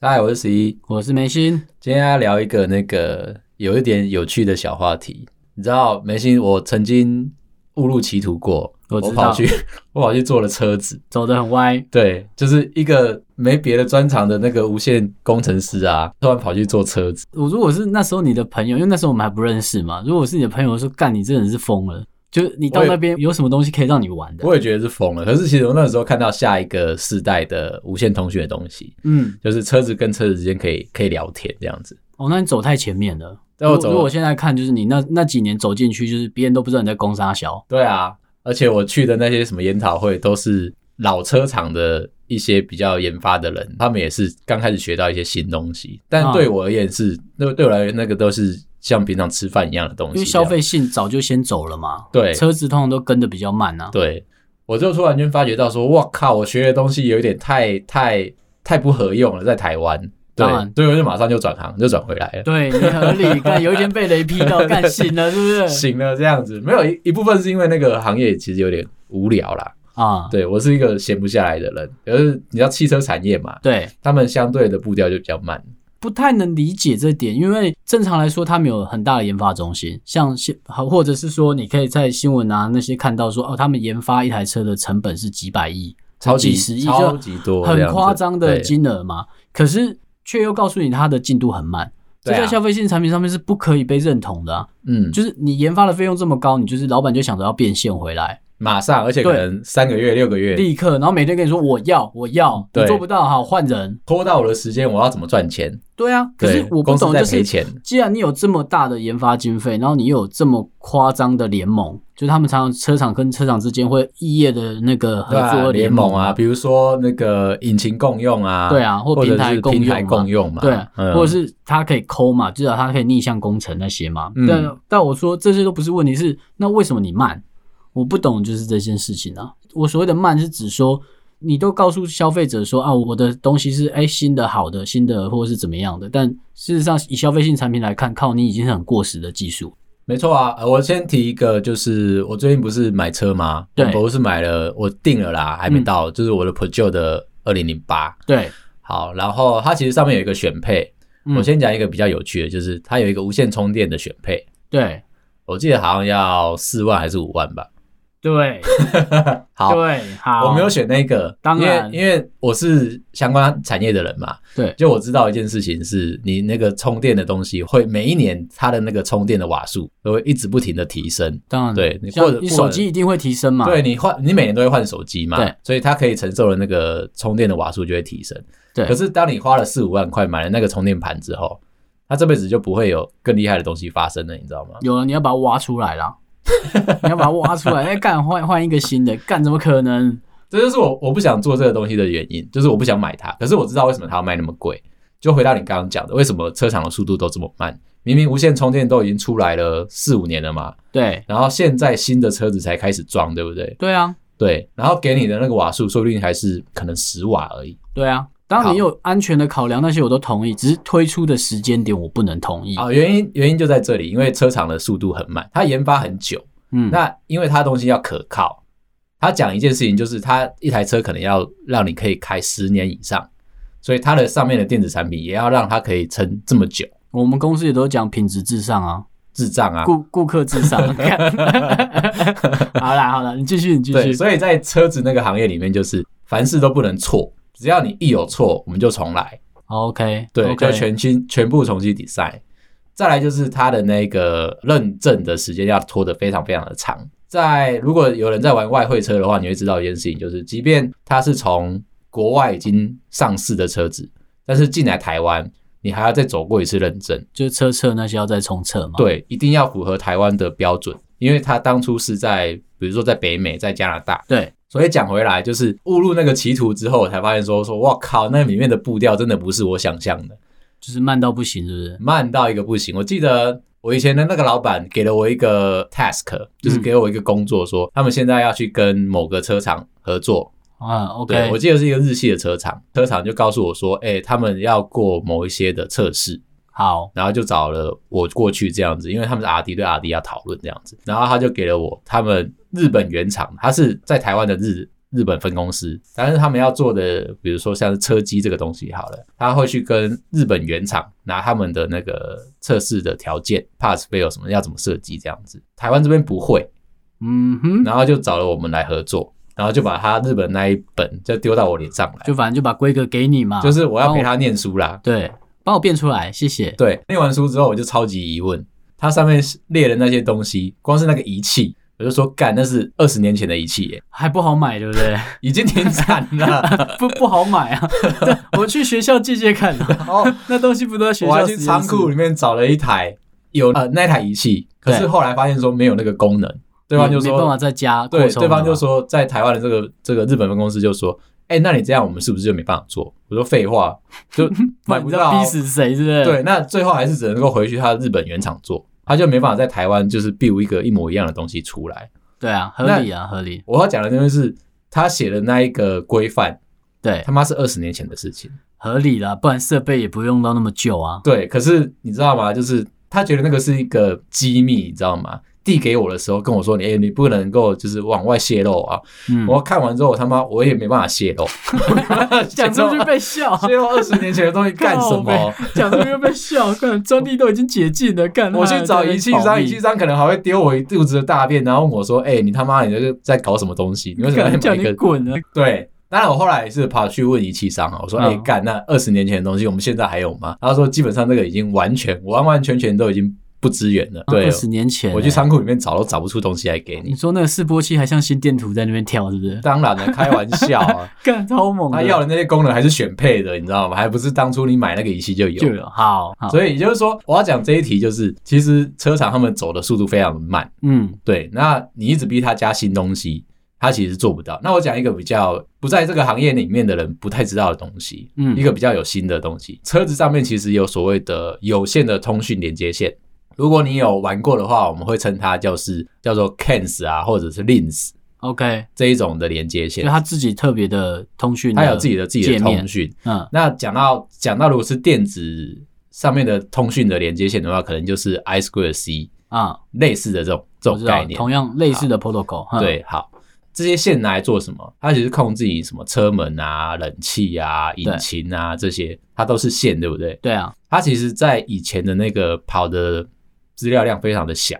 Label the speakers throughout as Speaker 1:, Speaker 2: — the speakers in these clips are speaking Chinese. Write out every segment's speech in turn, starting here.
Speaker 1: 大家好，我是十一，
Speaker 2: 我是梅心，
Speaker 1: 今天要聊一个那个有一点有趣的小话题。你知道梅心，我曾经误入歧途过，
Speaker 2: 我知道
Speaker 1: 跑去 我跑去坐了车子，
Speaker 2: 走得很歪，
Speaker 1: 对，就是一个没别的专长的那个无线工程师啊，突然跑去坐车子，
Speaker 2: 我如果是那时候你的朋友，因为那时候我们还不认识嘛，如果是你的朋友说干你真的是疯了，就你到
Speaker 1: 我也
Speaker 2: 那边有什么东西可以让你玩的？
Speaker 1: 我也觉得是疯了。可是其实我那时候看到下一个世代的无线通讯的东西，
Speaker 2: 嗯，
Speaker 1: 就是车子跟车子之间可以可以聊天这样子。
Speaker 2: 哦，那你走太前面了。
Speaker 1: 但我
Speaker 2: 如如
Speaker 1: 走啊
Speaker 2: 果现在看，就是你那那几年走进去，就是别人都不知道你在攻沙小，
Speaker 1: 对啊，而且我去的那些什么研讨会都是老车厂的一些比较研发的人，他们也是刚开始学到一些新东西，但
Speaker 2: 啊
Speaker 1: 对我而言是，那对我来言那个都是像平常吃饭一样的东西，
Speaker 2: 因为消费性早就先走了嘛。
Speaker 1: 对
Speaker 2: 车子通常都跟的比较慢啊。
Speaker 1: 对，我就突然间发觉到说，哇靠，我学的东西有点太太太不合用了，在台湾。对
Speaker 2: 当然，
Speaker 1: 所以我就马上就转行，就转回来了。
Speaker 2: 对，你合理。干，有一天被雷劈 到，干醒了，是不是？
Speaker 1: 行了，这样子没有一一部分是因为那个行业其实有点无聊啦。
Speaker 2: 啊，
Speaker 1: 对我是一个闲不下来的人，可是你知道汽车产业嘛，
Speaker 2: 对，
Speaker 1: 他们相对的步调就比较慢。
Speaker 2: 不太能理解这点，因为正常来说，他们有很大的研发中心，像现好或者是说，你可以在新闻啊那些看到说，哦，他们研发一台车的成本是几百亿，
Speaker 1: 超级
Speaker 2: 几十亿，
Speaker 1: 超
Speaker 2: 就
Speaker 1: 级多，这
Speaker 2: 很
Speaker 1: 样子
Speaker 2: 夸张的
Speaker 1: 对
Speaker 2: 金额嘛。可是却又告诉你它的进度很慢，这
Speaker 1: 对啊
Speaker 2: 在消费性产品上面是不可以被认同的、啊。
Speaker 1: 嗯，
Speaker 2: 就是你研发的费用这么高，你就是老板就想着要变现回来，
Speaker 1: 马上，而且可
Speaker 2: 对
Speaker 1: 能三个月、六个月，
Speaker 2: 立刻，然后每天跟你说我要我要，你
Speaker 1: 对
Speaker 2: 做不到好换人。
Speaker 1: 拖到我的时间，我要怎么赚钱？
Speaker 2: 对啊，可是
Speaker 1: 对
Speaker 2: 我不
Speaker 1: 公司
Speaker 2: 懂，
Speaker 1: 在
Speaker 2: 就
Speaker 1: 赔
Speaker 2: 是啊
Speaker 1: 钱，
Speaker 2: 既然你有这么大的研发经费，然后你又有这么夸张的联盟，就是他们常常车厂跟车厂之间会异业的那个合
Speaker 1: 对啊，
Speaker 2: 作
Speaker 1: 联
Speaker 2: 盟
Speaker 1: 盟啊，，比如说那个引擎共用啊，
Speaker 2: 对啊，或
Speaker 1: 或者
Speaker 2: 平
Speaker 1: 是
Speaker 2: 台共
Speaker 1: 平
Speaker 2: 用
Speaker 1: 台
Speaker 2: 嘛，
Speaker 1: 共用嘛，
Speaker 2: 对，啊
Speaker 1: 嗯
Speaker 2: 或者是它可以抠嘛，至少它可以逆向工程那些嘛。
Speaker 1: 嗯
Speaker 2: 但但我说这些都不是问题，是那为什么你慢？我不懂就是这件事情啊。我所谓的慢是指说，你都告诉消费者说啊，我的东西是哎、新的、好的、新的或者是怎么样的，但事实上以消费性产品来看，靠你已经是很过时的技术。
Speaker 1: 没错啊。呃我先提一个，就是我最近不是买车吗？
Speaker 2: 对
Speaker 1: 我不是买了，我定了啦，还没
Speaker 2: 嗯
Speaker 1: 到，就是我的 Peugeot 的二零零八。
Speaker 2: 对，
Speaker 1: 好，然后它其实上面有一个选配，
Speaker 2: 嗯
Speaker 1: 我先讲一个比较有趣的，就是它有一个无线充电的选配，
Speaker 2: 对
Speaker 1: 我记得好像要四万还是五万吧。
Speaker 2: 对
Speaker 1: 好，
Speaker 2: 对，好，
Speaker 1: 我没有选那个，
Speaker 2: 啊当然
Speaker 1: 因为因为我是相关产业的人嘛，
Speaker 2: 对
Speaker 1: 就我知道一件事情是，你那个充电的东西会每一年它的那个充电的瓦数都会一直不停的提升，
Speaker 2: 当然
Speaker 1: 对你
Speaker 2: 嗯像
Speaker 1: 或者
Speaker 2: 你
Speaker 1: 或
Speaker 2: 手
Speaker 1: 者
Speaker 2: 机一定会提升嘛，
Speaker 1: 对你换你每年都会换手机嘛，
Speaker 2: 对，
Speaker 1: 所以它可以承受的那个充电的瓦数就会提升，
Speaker 2: 对
Speaker 1: 可是当你花了四五万块买了那个充电盘之后，它这辈子就不会有更厉害的东西发生了，你知道吗？
Speaker 2: 有了，你要把它挖出 来啦，你要把它挖出来，哎、干换换一个新的，干怎么可能？
Speaker 1: 这就是我我不想做这个东西的原因，就是我不想买它。可是我知道为什么它要卖那么贵。就回到你刚刚讲的，为什么车厂的速度都这么慢？明明无线充电都已经出来了四五年了嘛，
Speaker 2: 对
Speaker 1: 然后现在新的车子才开始装，对不对？
Speaker 2: 对啊，
Speaker 1: 对，然后给你的那个瓦数，说不定还是可能十瓦而已。
Speaker 2: 对啊，当
Speaker 1: 好
Speaker 2: 然你有安全的考量，那些我都同意，只是推出的时间点我不能同意。
Speaker 1: 啊、原因原因就在这里，因为车厂的速度很慢，它研发很久，
Speaker 2: 嗯，
Speaker 1: 那因为它东西要可靠，它讲一件事情就是它一台车可能要让你可以开十年以上，所以它的上面的电子产品也要让它可以撑这么久。
Speaker 2: 我们公司也都讲品质至上啊，
Speaker 1: 智障啊，
Speaker 2: 顾顾客至 上。干好啦好啦，你继续你继
Speaker 1: 对，
Speaker 2: 续。
Speaker 1: 所以在车子那个行业里面，就是凡事都不能错，只要你一有错，我们就重来，
Speaker 2: OK
Speaker 1: 对
Speaker 2: OK，
Speaker 1: 就全新全部重新 design。再来就是它的那个认证的时间要拖得非常非常的长。在如果有人在玩外汇车的话，你会知道一件事情，就是即便它是从国外已经上市的车子，但是进来台湾，你还要再走过一次认证。
Speaker 2: 就是车测那些要再重测嘛。
Speaker 1: 对，一定要符合台湾的标准，因为它当初是在比如说在北美，在加拿大，
Speaker 2: 对
Speaker 1: 所以讲回来，就是误入那个歧途之后，我才发现说说，哇靠，那里面的步调真的不是我想象的，
Speaker 2: 就是慢到不行，是不是？
Speaker 1: 慢到一个不行。我记得我以前的那个老板给了我一个 task，就是给我一个工作说他们现在要去跟某个车厂合作。
Speaker 2: 啊
Speaker 1: 对，我
Speaker 2: ，OK
Speaker 1: 记得是一个日系的车厂，车厂就告诉我说，哎、他们要过某一些的测试，
Speaker 2: 好，
Speaker 1: 然后就找了我过去这样子，因为他们是 R D 对 R D 要讨论这样子，然后他就给了我他们日本原厂，他是在台湾的日日本分公司，但是他们要做的，比如说像是车机这个东西好了，他会去跟日本原厂拿他们的那个测试的条件，pass fail 什么要怎么设计这样子。台湾这边不会，
Speaker 2: 嗯哼，
Speaker 1: 然后就找了我们来合作，然后就把他日本那一本就丢到我脸上来，
Speaker 2: 就反正就把规格给你嘛，
Speaker 1: 就是我要陪
Speaker 2: 帮
Speaker 1: 他念书啦。
Speaker 2: 对，帮我变出来，谢谢。
Speaker 1: 对，念完书之后我就超级疑问，它上面列的那些东西，光是那个仪器，我就说干，那是二十年前的仪器耶，
Speaker 2: 还不好买，对不对？
Speaker 1: 已经停产了。
Speaker 2: 不不好买啊！ 对，我去学校借借看啊。
Speaker 1: 哦，
Speaker 2: 那东西不都在学
Speaker 1: 我还
Speaker 2: 校
Speaker 1: 去
Speaker 2: 实验
Speaker 1: 仓
Speaker 2: 室
Speaker 1: 库里面找了一台有呃那台仪器，可是
Speaker 2: 对
Speaker 1: 后来发现说没有那个功能，对
Speaker 2: 没
Speaker 1: 方就
Speaker 2: 没办法
Speaker 1: 说
Speaker 2: 再加扩
Speaker 1: 对，
Speaker 2: 充
Speaker 1: 对方
Speaker 2: 了
Speaker 1: 就
Speaker 2: 嘛
Speaker 1: 说在台湾的这个这个日本分公司就说。哎、那你这样我们是不是就没办法做？我说废话， 就
Speaker 2: 不
Speaker 1: 买
Speaker 2: 然
Speaker 1: 不
Speaker 2: 你知道
Speaker 1: 到啊
Speaker 2: 逼。死谁，是不是？，
Speaker 1: 对，那最后还是只能够回去他的日本原厂做，他就没办法在台湾就是 build 一个一模一样的东西出来。
Speaker 2: 对啊，合
Speaker 1: 那
Speaker 2: 理啊，合理。
Speaker 1: 我要讲的就是他写的那一个规范，
Speaker 2: 对
Speaker 1: 他，妈是二十年前的事情。
Speaker 2: 合理啦，不然设备也不用到那么旧啊。
Speaker 1: 对，可是你知道吗？就是他觉得那个是一个机密，你知道吗？递给我的时候跟我说你，哎、你不能够就是往外泄露啊！
Speaker 2: 嗯，
Speaker 1: 我看完之后，我他妈我也没办法泄露，
Speaker 2: 讲出去被笑，
Speaker 1: 泄露二十年前的东西干什么？？
Speaker 2: 讲出去又被笑，看专利都已经解禁了，干
Speaker 1: 我去找仪器商，仪器
Speaker 2: 商，
Speaker 1: 商可能还会丢我一肚子的大便，然后问我说：“哎、你他妈你这个在搞什么东西？你为什么
Speaker 2: 干
Speaker 1: 要
Speaker 2: 叫
Speaker 1: 买一
Speaker 2: 你
Speaker 1: 个
Speaker 2: 滚啊！
Speaker 1: 对，当然我后来也是跑去问仪器商啊，我说：“哎、
Speaker 2: 嗯
Speaker 1: 干，那二十年前的东西，我们现在还有吗？”他说：“基本上这个已经完全完完全全都已经不支援了。对
Speaker 2: 二，十年前欸，
Speaker 1: 我去仓库里面找都找不出东西来给
Speaker 2: 你
Speaker 1: 你。
Speaker 2: 说那个示波器还像心电图在那边跳，是不是？
Speaker 1: 当然了，开玩笑 啊，
Speaker 2: 干超猛的，
Speaker 1: 他要的那些功能还是选配的，你知道吗？还不是当初你买那个仪器就有。
Speaker 2: 就有好好，
Speaker 1: 所以也就是说，我要讲这一题，就是其实车厂他们走的速度非常慢，
Speaker 2: 嗯
Speaker 1: 对，那你一直逼他加新东西，他其实做不到。那我讲一个比较不在这个行业里面的人不太知道的东西，
Speaker 2: 嗯
Speaker 1: 一个比较有新的东西。车子上面其实有所谓的有线的通讯连接线，如果你有玩过的话，我们会称它就是叫做 CANS 啊，或者是 LINS
Speaker 2: ，OK，
Speaker 1: 这一种的连接
Speaker 2: 就
Speaker 1: 线，
Speaker 2: 他自己特别的通讯，
Speaker 1: 它有自己的自己的
Speaker 2: 界面
Speaker 1: 通，讯。
Speaker 2: 嗯
Speaker 1: 那讲到讲到如果是电子上面的通讯的连接线的话，可能就是 I Square C
Speaker 2: 啊，
Speaker 1: 类似的这种这
Speaker 2: 我
Speaker 1: 种
Speaker 2: 知道
Speaker 1: 概，念。啊
Speaker 2: 同样类似的 protocol，嗯，
Speaker 1: 对，好，这些线拿来做什么？它其实控制你什么车门啊、冷气啊、引
Speaker 2: 对
Speaker 1: 擎啊这些，它都是线，对不对？
Speaker 2: 对啊，
Speaker 1: 它其实在以前的那个跑的资料量非常的小，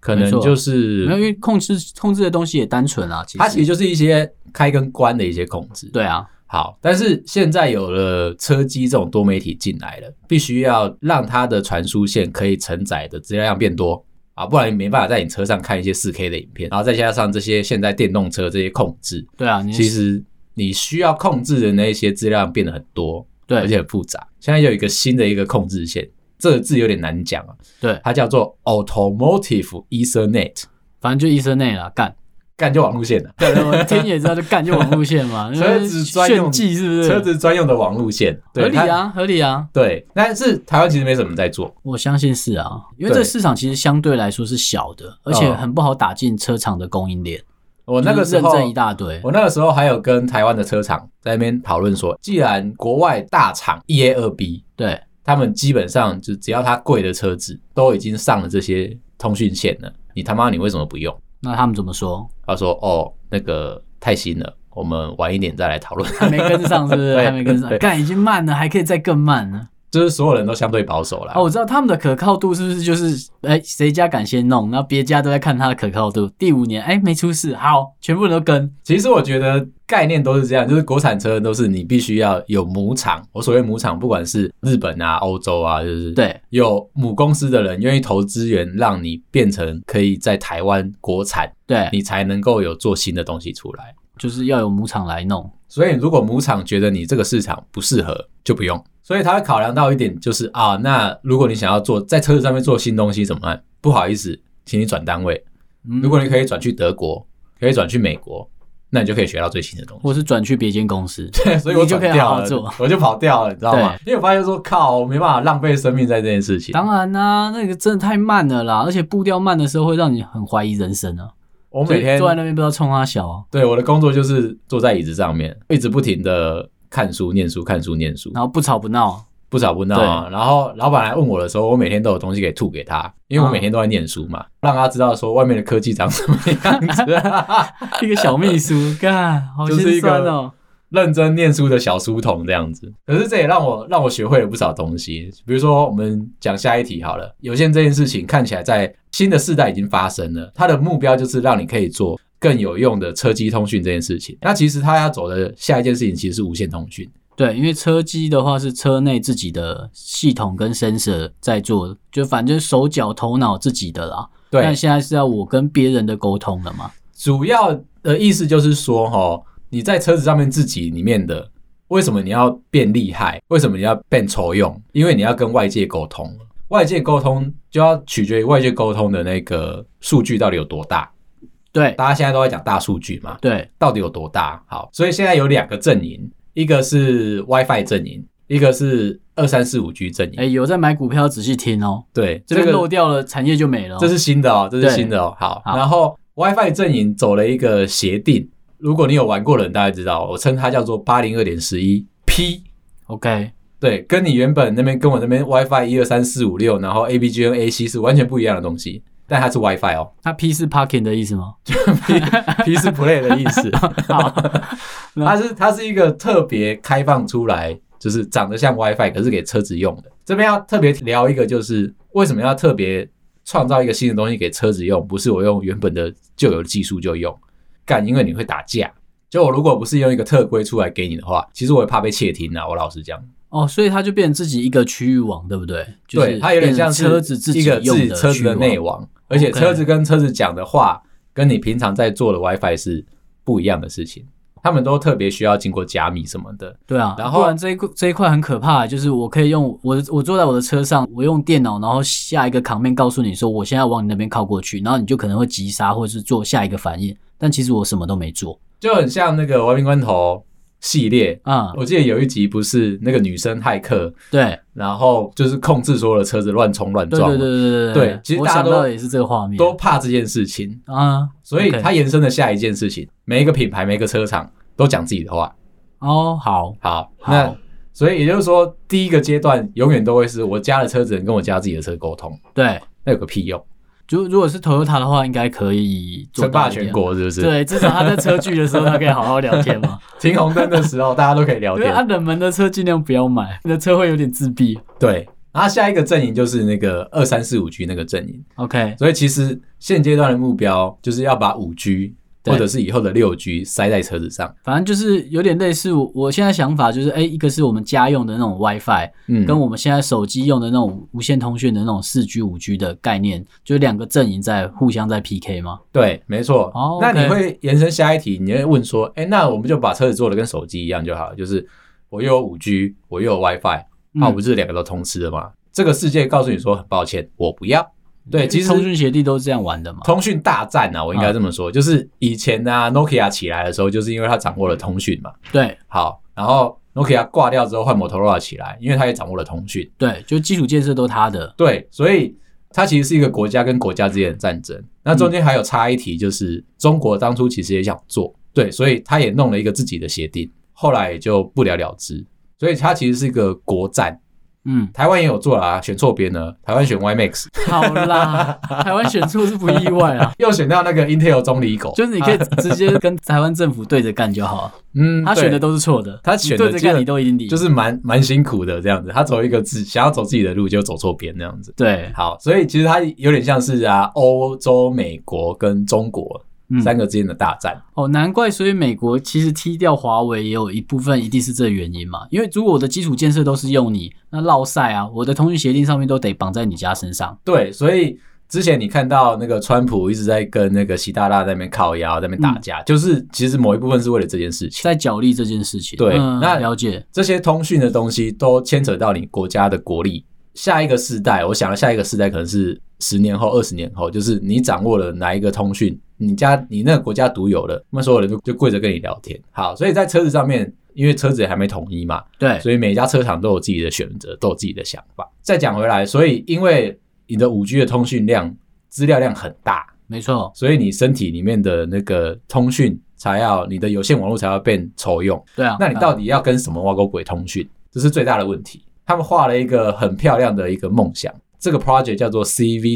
Speaker 1: 可
Speaker 2: 没
Speaker 1: 能
Speaker 2: 错
Speaker 1: 就是
Speaker 2: 没有因为控制控制的东西也单纯啊，其
Speaker 1: 它其实
Speaker 2: 实
Speaker 1: 就是一些开跟关的一些控制。
Speaker 2: 对啊，
Speaker 1: 好，但是现在有了车机这种多媒体进来了，必须要让它的传输线可以承载的资料量变多啊，不然你没办法在你车上看一些4 K 的影片，然后再加上这些现在电动车这些控制，
Speaker 2: 对啊，你
Speaker 1: 其实你需要控制的那一些资料变得很多，
Speaker 2: 对
Speaker 1: 而且很复杂。现在有一个新的一个控制线，这个字有点难讲啊，
Speaker 2: 对，
Speaker 1: 它叫做 Automotive Ethernet，
Speaker 2: 反正就一生内 啦，干，
Speaker 1: 干就网路线了、
Speaker 2: 对，我听也知道就干就网路线 嘛，
Speaker 1: 车子专用
Speaker 2: 炫技是不是？
Speaker 1: 车子专用的网路线，
Speaker 2: 合
Speaker 1: 对
Speaker 2: 理。
Speaker 1: 它
Speaker 2: 啊，合理啊，
Speaker 1: 对，但是台湾其实没什么在做，
Speaker 2: 我相信是啊，因为这
Speaker 1: 对嗯
Speaker 2: 市场其实相对来说是小的，而且很不好打进车厂的供应链。
Speaker 1: 我那个
Speaker 2: 就是
Speaker 1: 时
Speaker 2: 认
Speaker 1: 候，
Speaker 2: 证一大堆，
Speaker 1: 我那个时候还有跟台湾的车厂在那边讨论说，既然国外大厂 EA 二 B，
Speaker 2: 对，
Speaker 1: 他们基本上就只要它贵的车子都已经上了这些通讯线了，你他妈你为什么不用？
Speaker 2: 那他们怎么说？
Speaker 1: 他说：“哦，那个太新了，我们晚一点再来讨论。
Speaker 2: 还没跟上是不是？
Speaker 1: 对
Speaker 2: 还没跟上，
Speaker 1: 对
Speaker 2: 干已经慢了，还可以再更慢呢。”
Speaker 1: 就是所有人都相对保守啦。
Speaker 2: 哦，我知道他们的可靠度是不是就是，哎，谁家敢先弄，然后别家都在看他的可靠度。第五年，哎，没出事，好，全部人都跟，
Speaker 1: 其实我觉得概念都是这样，就是国产车都是你必须要有母厂。我所谓母厂，不管是日本啊、欧洲啊，就是
Speaker 2: 对，
Speaker 1: 有母公司的人愿意投资源，让你变成可以在台湾国产，
Speaker 2: 对，
Speaker 1: 你才能够有做新的东西出来。
Speaker 2: 就是要有母厂来弄，
Speaker 1: 所以，如果母厂觉得你这个市场不适合，就不用。所以，他会考量到一点，就是啊，那如果你想要做在车子上面做新东西怎么办？不好意思，请你转单位。
Speaker 2: 嗯
Speaker 1: 如果你可以转去德国，可以转去美国，那你就可以学到最新的东西。
Speaker 2: 或是转去别间公司。
Speaker 1: 所以我
Speaker 2: 你就
Speaker 1: 转
Speaker 2: 可以好
Speaker 1: 掉
Speaker 2: 好
Speaker 1: 了，
Speaker 2: 做
Speaker 1: 我就跑掉了，你知道吗？因为我发现说，靠，我没办法浪费生命在这件事情。
Speaker 2: 当然啦、那个真的太慢了啦，而且步调慢的时候会让你很怀疑人生啊。
Speaker 1: 我
Speaker 2: 所
Speaker 1: 每
Speaker 2: 以
Speaker 1: 天
Speaker 2: 坐在那边不知道冲他小、啊，
Speaker 1: 对我的工作就是坐在椅子上面，一直不停的看书、念书、看书、念书。
Speaker 2: 然后不吵不闹，
Speaker 1: 不吵不闹啊。然后老板来问我的时候，我每天都有东西给吐给他，因为
Speaker 2: 啊
Speaker 1: 我每天都在念书嘛，让他知道说外面的科技长什么样子、 啊，
Speaker 2: 一个小秘书，干，好
Speaker 1: 就是
Speaker 2: 心
Speaker 1: 一个
Speaker 2: 酸哦。
Speaker 1: 认真念书的小书童这样子。可是这也让我让我学会了不少东西，比如说我们讲下一题好了，有线这件事情看起来在新的世代已经发生了，它的目标就是让你可以做。更有用的车机通讯这件事情，那其实它要走的下一件事情其实是无线通讯。
Speaker 2: 对，因为车机的话是车内自己的系统跟 sensor 在做，就反正手脚头脑自己的啦。
Speaker 1: 对，
Speaker 2: 但现在是要我跟别人的沟通了嘛？
Speaker 1: 主要的意思就是说，哈，你在车子上面自己里面的，为什么你要变厉害？为什么你要变抽用？因为你要跟外界沟通，外界沟通就要取决于外界沟通的那个数据到底有多大。
Speaker 2: 对
Speaker 1: 大家现在都在讲大数据嘛，
Speaker 2: 对
Speaker 1: 到底有多大？好，所以现在有两个阵营，一个是 WiFi 阵营，一个是二三四五 G 阵
Speaker 2: 哎、
Speaker 1: 营。
Speaker 2: 有在买股票，仔细听哦。
Speaker 1: 对，
Speaker 2: 这边
Speaker 1: 个
Speaker 2: 漏掉了，产业就没了、哦。
Speaker 1: 这是新的哦，这是
Speaker 2: 对
Speaker 1: 新的哦。好，
Speaker 2: 好
Speaker 1: 然后 WiFi 阵营走了一个协定，如果你有玩过的人，大家知道，我称它叫做八零二点十一 P。
Speaker 2: 哦 OK，
Speaker 1: 对，跟你原本那边跟我那边 WiFi 一二三四五六，然后 A B G N A C 是完全不一样的东西，但它是 WiFi 哦
Speaker 2: 那 P 是 parking 的意思吗？
Speaker 1: ，P 是 Play 的意思。
Speaker 2: 好，
Speaker 1: 它是它是一个特别开放出来，就是长得像 WiFi，可是给车子用的。这边要特别聊一个，就是为什么要特别创造一个新的东西给车子用，不是我用原本的旧有的技术就用，干，因为你会打架。就我如果不是用一个特规出来给你的话，其实我也怕被窃听啊。我老实讲，
Speaker 2: 哦，所以它就变成自己一个区域网，对不对？就是
Speaker 1: 对，它有点像是
Speaker 2: 变成车子自己
Speaker 1: 一个自
Speaker 2: 用
Speaker 1: 己
Speaker 2: 的
Speaker 1: 车子的
Speaker 2: 区域
Speaker 1: 内
Speaker 2: 网。
Speaker 1: 网，而且
Speaker 2: OK
Speaker 1: 车子跟车子讲的话，跟你平常在做的 WiFi 是不一样的事情。他们都特别需要经过加密什么的，
Speaker 2: 对啊，
Speaker 1: 然后
Speaker 2: 不然这一块这一块很可怕，就是我可以用我我坐在我的车上，我用电脑，然后下一个 command 告诉你说我现在往你那边靠过去，然后你就可能会急刹或者是做下一个反应，但其实我什么都没做
Speaker 1: 就很像那个《亡命关头》系列。
Speaker 2: 啊、
Speaker 1: 我记得有一集不是那个女生骇客，
Speaker 2: 对
Speaker 1: 然后就是控制所有的车子乱冲乱
Speaker 2: 对
Speaker 1: 撞
Speaker 2: 对对，对对
Speaker 1: 对其实
Speaker 2: 我
Speaker 1: 大家
Speaker 2: 想
Speaker 1: 都
Speaker 2: 到的也是这个画面
Speaker 1: 都怕这件事情，
Speaker 2: 啊，
Speaker 1: 所以
Speaker 2: OK
Speaker 1: 它延伸的下一件事情，每一个品牌、每一个车厂都讲自己的话。
Speaker 2: 哦好
Speaker 1: 好，
Speaker 2: 好
Speaker 1: 那所以也就是说，第一个阶段永远都会是我家的车子能跟我家自己的车沟通，
Speaker 2: 对，
Speaker 1: 那有个屁用？
Speaker 2: 如如果是 Toyota 的话，应该可以做
Speaker 1: 称
Speaker 2: 到
Speaker 1: 霸
Speaker 2: 一点啊
Speaker 1: 全。国是不是？，
Speaker 2: 对，至少他在车距的时候，他可以好好聊天嘛。
Speaker 1: 停红灯的时候大家都可以聊
Speaker 2: 对啊，
Speaker 1: 天。
Speaker 2: 冷门的车尽量不要买，你的车会有点自闭。
Speaker 1: 对，然后下一个阵营就是那个二三四五 G 那个阵营。
Speaker 2: OK，
Speaker 1: 所以其实现阶段的目标就是要把五 G
Speaker 2: 对
Speaker 1: 或者是以后的六 G 塞在车子上。
Speaker 2: 反正就是有点类似我我现在想法，就是哎、诶一个是我们家用的那种 WiFi，、
Speaker 1: 嗯，
Speaker 2: 跟我们现在手机用的那种无线通讯的那种四 G、五 G 的概念，就是两个阵营在互相在 PK 嘛。
Speaker 1: 对，没错。
Speaker 2: 哦
Speaker 1: 那你
Speaker 2: OK
Speaker 1: 会延伸下一题，你会问说，哎、那我们就把车子做的跟手机一样就好了，就是我又有五 G，我又有 WiFi，那、啊我
Speaker 2: 嗯
Speaker 1: 不是两个都通吃了吗？这个世界告诉你说，很抱歉，我不要。对，其实
Speaker 2: 通讯嗯协力都是这样玩的嘛。
Speaker 1: 通讯大战啊，我应该这么说，就是以前呢、啊、，Nokia 起来的时候，就是因为它掌握了通讯嘛。
Speaker 2: 对
Speaker 1: 好，然后 Nokia 挂掉之后，换 Motorola 起来，因为它也掌握了通讯。
Speaker 2: 对，就基础建设都他的。
Speaker 1: 对，所以它其实是一个国家跟国家之间的战争。那中
Speaker 2: 嗯
Speaker 1: 间还有差一题，就是中国当初其实也想做，对，所以他也弄了一个自己的协定，后来也就不了了之。所以它其实是一个国战，
Speaker 2: 嗯，
Speaker 1: 台湾也有做啦，选错边了，台湾选 YMAX，
Speaker 2: 好啦， 台湾选错是不意外啊。
Speaker 1: 又选到那个 Intel 中理狗，
Speaker 2: 就是你可以直接跟台湾政府对着干就好了，
Speaker 1: 嗯
Speaker 2: 他选的
Speaker 1: 都
Speaker 2: 都是错的，
Speaker 1: 他选的
Speaker 2: 你对着干你都一定理，
Speaker 1: 就是蛮蛮辛苦的这样子，他走一个自想要走自己的路，就走错边那样子。
Speaker 2: 对，
Speaker 1: 好，所以其实它有点像是啊，欧洲、美国跟中国、
Speaker 2: 嗯
Speaker 1: 三个之间的大战。
Speaker 2: 哦，难怪，所以美国其实踢掉华为也有一部分一定是这个原因嘛。因为如果我的基础建设都是用你，那绕赛啊，我的通讯协定上面都得绑在你家身上。
Speaker 1: 对，所以之前你看到那个川普一直在跟那个习大大在那边靠腰，在那边打
Speaker 2: 嗯
Speaker 1: 架，就是其实某一部分是为了这件事情。
Speaker 2: 在角力这件事情，
Speaker 1: 对
Speaker 2: 嗯
Speaker 1: 那
Speaker 2: 了解，
Speaker 1: 这些通讯的东西都牵扯到你国家的国力。下一个世代，我想了下一个世代可能是十年后、二十年后，就是你掌握了哪一个通讯，你家你那个国家独有了，那所有人就就跪着跟你聊天。好，所以在车子上面，因为车子也还没统一嘛，
Speaker 2: 对，
Speaker 1: 所以每一家车厂都有自己的选择，都有自己的想法。再讲回来，所以因为你的五 G 的通讯量、资料量很大，
Speaker 2: 没错，
Speaker 1: 所以你身体里面的那个通讯才要，你的有线网络才要变抽用。
Speaker 2: 对啊。
Speaker 1: 那你到底要跟什么挖沟鬼通讯？这是最大的问题。他们画了一个很漂亮的一个梦想。这个 project 叫做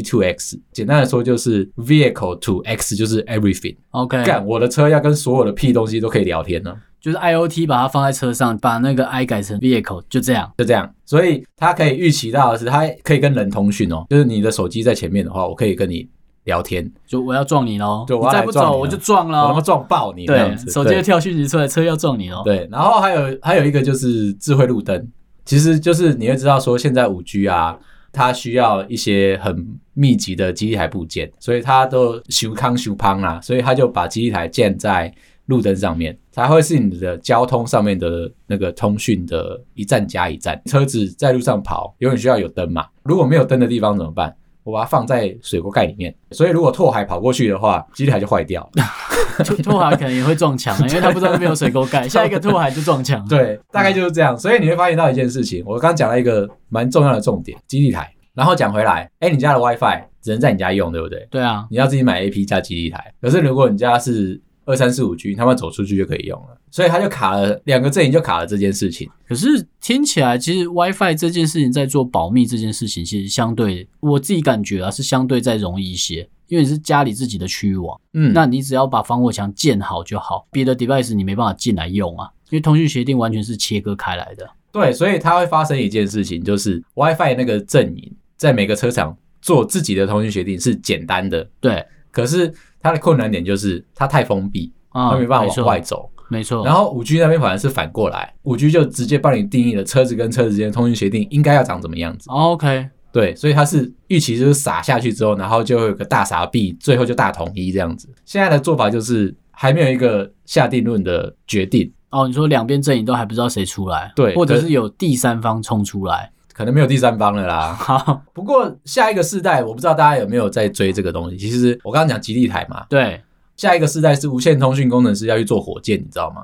Speaker 1: CV2X，简单的说就是 Vehicle to X，就是 Everything。
Speaker 2: OK，
Speaker 1: 干，我的车要跟所有的屁东西都可以聊天呢、
Speaker 2: 就是 IOT 把它放在车上，把那个 I 改成 vehicle，就这样。
Speaker 1: 就这样。所以它可以预期到的是，它可以跟人通讯哦，就是你的手机在前面的话，我可以跟你聊天，
Speaker 2: 就我要撞你喽，
Speaker 1: 对我
Speaker 2: 你
Speaker 1: 要
Speaker 2: 再
Speaker 1: 来
Speaker 2: 不
Speaker 1: 撞
Speaker 2: 走
Speaker 1: 你
Speaker 2: 我
Speaker 1: 了
Speaker 2: 就撞
Speaker 1: 我他妈
Speaker 2: 喽。
Speaker 1: 撞爆你这
Speaker 2: 哦对
Speaker 1: 样，子。
Speaker 2: 手机会跳讯息出来，车要撞你喽。
Speaker 1: 对，然后还有还有一个就是智慧路灯，其实就是你会知道说现在五 G 啊，它需要一些很密集的基地台部件，所以它都修康修康啦，所以它就把基地台建在路灯上面，才会是你的交通上面的那个通讯的一站加一站。车子在路上跑，永远需要有灯嘛，如果没有灯的地方怎么办？我把它放在水锅盖里面，所以如果拓海跑过去的话，基地台就坏掉了。
Speaker 2: 兔兔海可能也会撞墙，啊因为他不知道那边有 水沟盖，下一个兔海就撞墙。
Speaker 1: 对，大
Speaker 2: 嗯
Speaker 1: 概就是这样。所以你会发现到一件事情，我刚讲了一个蛮重要的重点，基地台。然后讲回来，哎，你家的 WiFi 只能在你家用，对不对？
Speaker 2: 对啊，
Speaker 1: 你要自己买 AP 加基地台。可是如果你家是二三四五 G，他们走出去就可以用了。所以他就卡了两个阵营，就卡了这件事情。
Speaker 2: 可是听起来，其实 WiFi 这件事情在做保密这件事情，其实相对我自己感觉啊，是相对再容易一些，因为你是家里自己的区域网，
Speaker 1: 嗯，
Speaker 2: 那你只要把防火墙建好就好，别的 device 你没办法进来用啊，因为通讯协定完全是切割开来的。
Speaker 1: 对，所以它会发生一件事情，就是 WiFi 那个阵营在每个车厂做自己的通讯协定是简单的，
Speaker 2: 对，
Speaker 1: 可是它的困难点就是它太封闭，
Speaker 2: 啊、
Speaker 1: 它没办法
Speaker 2: 没
Speaker 1: 往
Speaker 2: 错
Speaker 1: 外走。
Speaker 2: 没错。
Speaker 1: 然后五 G 那边反而是反过来，五 G 就直接帮你定义了车子跟车子之间的通讯协定应该要长怎么样子。
Speaker 2: 哦 OK，
Speaker 1: 对，所以它是预期就是撒下去之后，然后就会有个大傻逼，最后就大统一这样子。现在的做法就是还没有一个下定论的决定，
Speaker 2: 哦，你说两边阵营都还不知道谁出来，
Speaker 1: 对
Speaker 2: 或者
Speaker 1: 可
Speaker 2: 是有第三方冲出来，
Speaker 1: 可能没有第三方了啦。
Speaker 2: 好，
Speaker 1: 不过下一个世代，我不知道大家有没有在追这个东西。其实我刚刚讲基地台嘛，
Speaker 2: 对，
Speaker 1: 下一个世代是无线通讯工程师要去做火箭，你知道吗？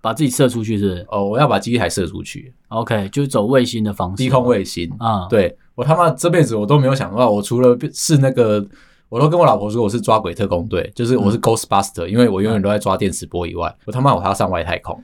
Speaker 2: 把自己射出去是不是
Speaker 1: 哦，我要把基地台射出去，
Speaker 2: OK，就是走卫星的方式，
Speaker 1: 低空卫星。
Speaker 2: 啊、，
Speaker 1: 对我他妈这辈子我都没有想到，我除了是那个，我都跟我老婆说我是抓鬼特工队，就是
Speaker 2: 嗯
Speaker 1: 我是 Ghostbuster，、因为我永远都在抓电磁波以外，我他妈我还要上外太空，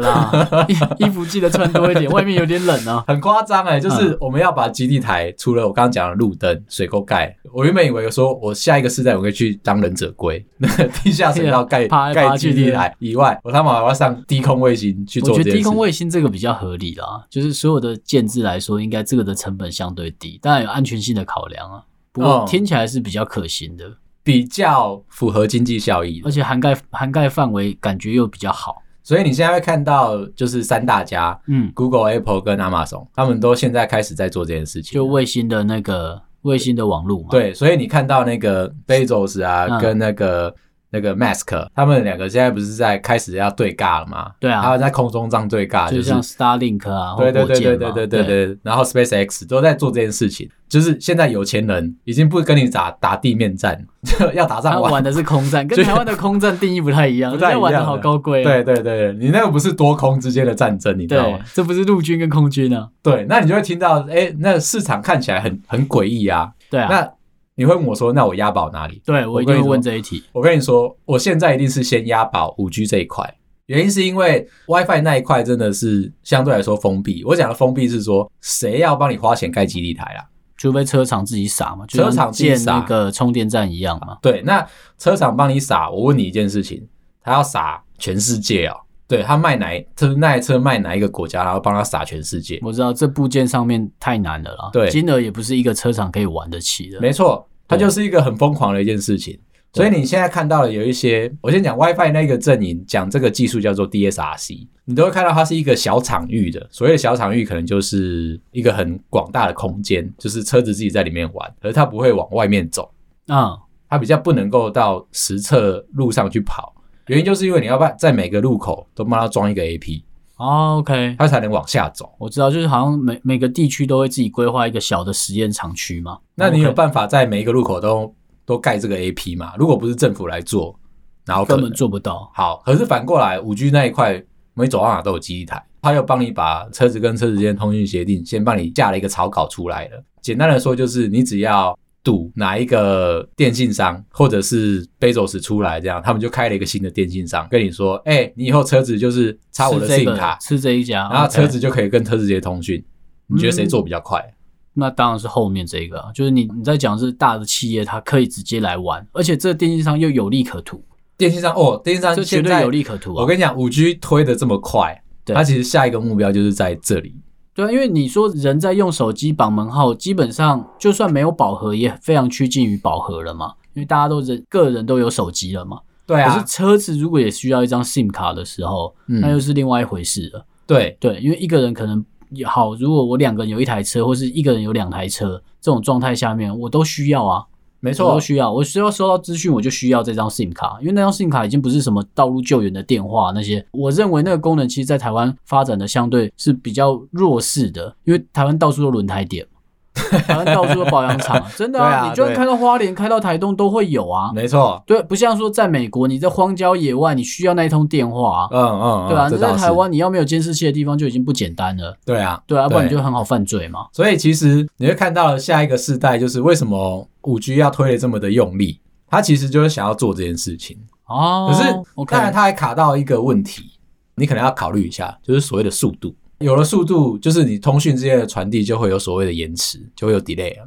Speaker 2: 啦，衣衣服记得穿多一点，外面有点冷啊。
Speaker 1: 很夸张哎！
Speaker 2: 嗯
Speaker 1: 就是我们要把基地台，除了我刚刚讲的路灯、水沟盖，我原本以为说我下一个世代我可以去当忍者龟，那个地
Speaker 2: 哎
Speaker 1: 下水道盖
Speaker 2: 爬来爬
Speaker 1: 盖
Speaker 2: 去
Speaker 1: 基地台以外，我他妈我要上低空卫星去
Speaker 2: 我
Speaker 1: 做
Speaker 2: 觉
Speaker 1: 这
Speaker 2: 得
Speaker 1: 件
Speaker 2: 低
Speaker 1: 事
Speaker 2: 空。卫星这个比较合理啦，就是所有的建制来说，应该这个的成本相对低，当然有安全性的考量啊。不过
Speaker 1: 嗯
Speaker 2: 听起来是比较可行的，
Speaker 1: 比较符合经济效益的
Speaker 2: 而，且涵盖涵盖范围感觉又比较好。
Speaker 1: 所以你现在会看到就是三大家，
Speaker 2: 嗯，
Speaker 1: Google、Apple 跟 Amazon，他们都现在开始在做这件事情。
Speaker 2: 就卫星的那个卫星的网络嘛。，
Speaker 1: 啊对，所以你看到那个 Bezos 啊，
Speaker 2: 嗯
Speaker 1: 跟那个那个 Mask，他们两个现在不是在开始要对尬了吗？
Speaker 2: 对啊
Speaker 1: 他们在空中这样对尬，
Speaker 2: 就
Speaker 1: 就是
Speaker 2: 像 Starlink 啊，或
Speaker 1: 对对
Speaker 2: 火
Speaker 1: 对对
Speaker 2: 箭
Speaker 1: 对
Speaker 2: 嘛。
Speaker 1: 对对对，然后 SpaceX 都在做这件事情。就是现在有钱人已经不跟你打打地面战， 就要打
Speaker 2: 他
Speaker 1: 上
Speaker 2: 玩的是空 战，跟
Speaker 1: 就
Speaker 2: 台湾的空战定义不太一样，
Speaker 1: 不太一
Speaker 2: 人家玩的
Speaker 1: 样
Speaker 2: 好
Speaker 1: 的
Speaker 2: 高贵、啊。
Speaker 1: 对对对，你那个不是多空之间的战争，你知道吗
Speaker 2: 对？，这不是陆军跟空军啊。
Speaker 1: 对，那你就会听到，哎，那市场看起来很很诡异啊。
Speaker 2: 对啊，
Speaker 1: 那你会问我说，那我押宝哪里？
Speaker 2: 对我一
Speaker 1: 跟
Speaker 2: 定
Speaker 1: 你
Speaker 2: 会问
Speaker 1: 说
Speaker 2: 这一题。
Speaker 1: 我跟你说，我现在一定是先押宝五 G 这一块，原因是因为 WiFi 那一块真的是相对来说封闭。我讲的封闭是说，谁要帮你花钱盖基地台啦？
Speaker 2: 除非车厂自己撒嘛，就
Speaker 1: 车
Speaker 2: 像
Speaker 1: 厂自己
Speaker 2: 建
Speaker 1: 撒
Speaker 2: 那个充电站一样嘛。
Speaker 1: 对，那车厂帮你撒，我问你一件事情，他要撒全世界哦？对他卖哪一，就是那台车卖哪一个国家，然后帮他撒全世界？
Speaker 2: 我知道这部件上面太难了啦，
Speaker 1: 对
Speaker 2: 金额也不是一个车厂可以玩得起的。
Speaker 1: 没错，它
Speaker 2: 对
Speaker 1: 就是一个很疯狂的一件事情。所
Speaker 2: 对
Speaker 1: 以你现在看到的有一些，我先讲 WiFi 那个阵营，讲这个技术叫做 DSRC，你都会看到它是一个小场域的。所谓的小场域，可能就是一个很广大的空间，就是车子自己在里面玩，可是它不会往外面走，
Speaker 2: 嗯，
Speaker 1: 它比较不能够到实测路上去跑。原因就是因为你要把在每个路口都帮它装一个 AP，
Speaker 2: 哦，OK，
Speaker 1: 它才能往下走。
Speaker 2: 我知道，就是好像每每个地区都会自己规划一个小的实验场区嘛。
Speaker 1: 那你有
Speaker 2: OK，
Speaker 1: 办法在每一个路口都都盖这个 AP 吗？如果不是政府来做，然后
Speaker 2: 根本做不到。
Speaker 1: 好，可是反过来，五 G 那一块，每走到哪都有基地台，它又帮你把车子跟车子之间通讯协定先帮你架了一个草稿出来了。简单的说，就是你只要赌哪一个电信商或者是 Bezos 出来，这样他们就开了一个新的电信商，跟你说，哎、你以后车子就是插我的
Speaker 2: 是这
Speaker 1: SIM
Speaker 2: 个
Speaker 1: 卡，
Speaker 2: 是这一家，啊
Speaker 1: 然后
Speaker 2: OK 嗯
Speaker 1: 车子就可以跟车子直接通讯。你觉得谁做比较快？
Speaker 2: 那当然是后面这个啊，就是你你在讲是大的企业，它可以直接来玩，而且这电信商又有利可图，
Speaker 1: 电信商哦，电信商
Speaker 2: 这绝
Speaker 1: 现
Speaker 2: 对
Speaker 1: 在
Speaker 2: 有利可图啊。
Speaker 1: 我跟你讲，五 G 推的这么快，
Speaker 2: 对
Speaker 1: 它其实下一个目标就是在这里。
Speaker 2: 对啊，因为你说人在用手机绑门号，基本上就算没有饱和，也非常趋近于饱和了嘛，因为大家都人个人都有手机了嘛。
Speaker 1: 对啊
Speaker 2: 可是，车子如果也需要一张 SIM 卡的时候，
Speaker 1: 嗯
Speaker 2: 那又是另外一回事了。
Speaker 1: 对
Speaker 2: 对，因为一个人可能也好，如果我两个人有一台车，或是一个人有两台车，这种状态下面我都需要啊，
Speaker 1: 没
Speaker 2: 我
Speaker 1: 错
Speaker 2: 都，需要，我需要收到资讯，我就需要这张 SIM 卡，因为那张 SIM 卡已经不是什么道路救援的电话那些，我认为那个功能其实在台湾发展的相对是比较弱势的，因为台湾到处都轮胎店嘛。台湾到处都保养厂，真的
Speaker 1: 对啊
Speaker 2: 你就算
Speaker 1: 对
Speaker 2: 开到花莲、开到台东都会有啊。
Speaker 1: 没错，
Speaker 2: 对，不像说在美国，你在荒郊野外，你需要那一通电话啊。
Speaker 1: 嗯嗯，嗯
Speaker 2: 对啊，
Speaker 1: 这
Speaker 2: 你
Speaker 1: 倒
Speaker 2: 在
Speaker 1: 是
Speaker 2: 台湾，你要没有监视器的地方就已经不简单了。
Speaker 1: 对啊，
Speaker 2: 对啊，要不然你
Speaker 1: 对
Speaker 2: 就很好犯罪嘛。
Speaker 1: 所以其实你会看到下一个世代，就是为什么五 G 要推的这么的用力，它其实就是想要做这件事情。
Speaker 2: 哦，
Speaker 1: 可是
Speaker 2: OK，
Speaker 1: 当然，它还卡到一个问题，你可能要考虑一下，就是所谓的速度。有了速度，就是你通讯之间的传递就会有所谓的延迟，就会有 delay 啊。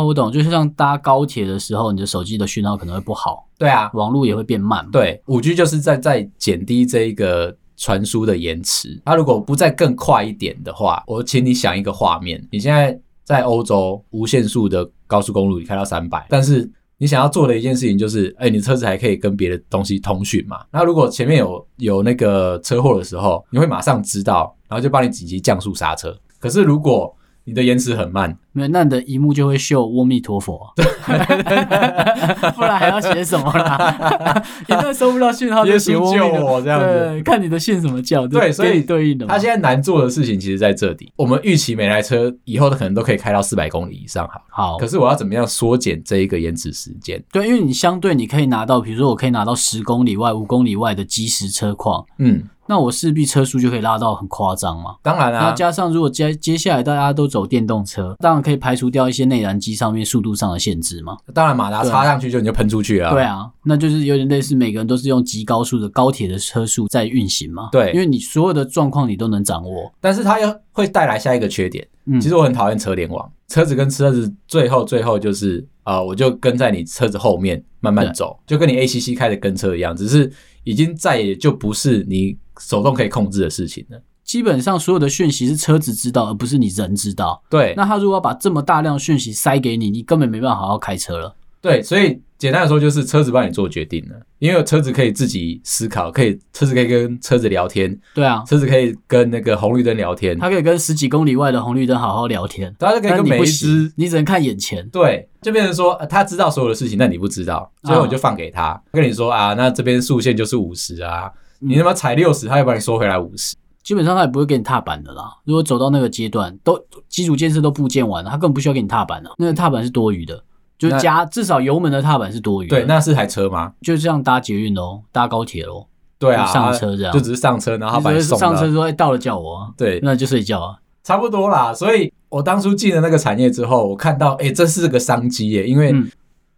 Speaker 2: 哦，我懂，就是像搭高铁的时候，你的手机的讯号可能会不好，
Speaker 1: 对啊，
Speaker 2: 网络也会变慢。，
Speaker 1: 对，五 G 就是在在减低这一个传输的延迟。它如果不再更快一点的话，我请你想一个画面，你现在在欧洲无限速的高速公路，你开到三百，但是你想要做的一件事情就是，哎、你车子还可以跟别的东西通讯嘛？那如果前面有有那个车祸的时候，你会马上知道，然后就帮你紧急降速刹车。可是如果你的延迟很慢，
Speaker 2: 没有，那你的荧幕就会秀“阿弥陀佛”， 不然还要写什么 啦？一旦收不到讯号，就写
Speaker 1: 耶稣
Speaker 2: 阿弥陀
Speaker 1: 救我这样子
Speaker 2: 对，看你的信什么教，就
Speaker 1: 对所以
Speaker 2: 跟你对应的嘛。
Speaker 1: 它现在难做的事情其实在这里。我们预期每台车以后可能都可以开到四百公里以上，好了。
Speaker 2: 好，
Speaker 1: 可是我要怎么样缩减这一个延迟时间？
Speaker 2: 对，因为你相对你可以拿到，比如说我可以拿到十公里外、五公里外的即时车况，
Speaker 1: 嗯，
Speaker 2: 那我势必车速就可以拉到很夸张嘛。
Speaker 1: 当然
Speaker 2: 然
Speaker 1: 啊
Speaker 2: 后，加上，如果接接下来大家都走电动车，当然可以排除掉一些内燃机上面速度上的限制嘛。
Speaker 1: 当然马达
Speaker 2: 对啊
Speaker 1: 插上去就你就喷出去了。
Speaker 2: 对，啊，那就是有点类似每个人都是用极高速的高铁的车速在运行嘛。
Speaker 1: 对
Speaker 2: 因为你所有的状况你都能掌握。
Speaker 1: 但是它又会带来下一个缺点。
Speaker 2: 嗯
Speaker 1: 其实我很讨厌车联网，车子跟车子最后最后就是啊、呃我就跟在你车子后面慢慢
Speaker 2: 对
Speaker 1: 走，就跟你 A C C 开的跟车一样，只是已经再也就不是你手动可以控制的事情了。
Speaker 2: 基本上所有的讯息是车子知道，而不是你人知道。
Speaker 1: 对，
Speaker 2: 那他如果要把这么大量的讯息塞给你，你根本没办法好好开车了。
Speaker 1: 对，所以简单的说就是车子帮你做决定了，因为车子可以自己思考，可以车子可以跟车子聊天，
Speaker 2: 对啊，
Speaker 1: 车子可以跟那个红绿灯聊天，
Speaker 2: 他可以跟十几公里外的红绿灯好好聊天，
Speaker 1: 大家可以
Speaker 2: 但
Speaker 1: 跟
Speaker 2: 你
Speaker 1: 每
Speaker 2: 不
Speaker 1: 一
Speaker 2: 行
Speaker 1: 只，
Speaker 2: 你只能看眼前。
Speaker 1: 对，就变成说、呃他知道所有的事情，但你不知道，最
Speaker 2: 啊
Speaker 1: 后你就放给他，跟你说啊，那这边速限就是五十啊，
Speaker 2: 嗯
Speaker 1: 你他妈踩六十，他会把你收回来五十。
Speaker 2: 基本上他也不会给你踏板的啦。如果走到那个阶段，都基础建设都布建完了，他根本不需要给你踏板啊了，那个踏板是多余的，就是
Speaker 1: 那
Speaker 2: 加至少油门的踏板是多余的。
Speaker 1: 对，那是台车吗？
Speaker 2: 就这样搭捷运喽，搭高铁喽，
Speaker 1: 对啊，
Speaker 2: 就上车这样
Speaker 1: 就只是上车，然后他把你
Speaker 2: 就是
Speaker 1: 送到啊
Speaker 2: 上车说哎、到了叫我啊，
Speaker 1: 对，
Speaker 2: 那就睡觉啊。
Speaker 1: 差不多啦。所以我当初进了那个产业之后，我看到哎、诶这是个商机耶，因为
Speaker 2: 嗯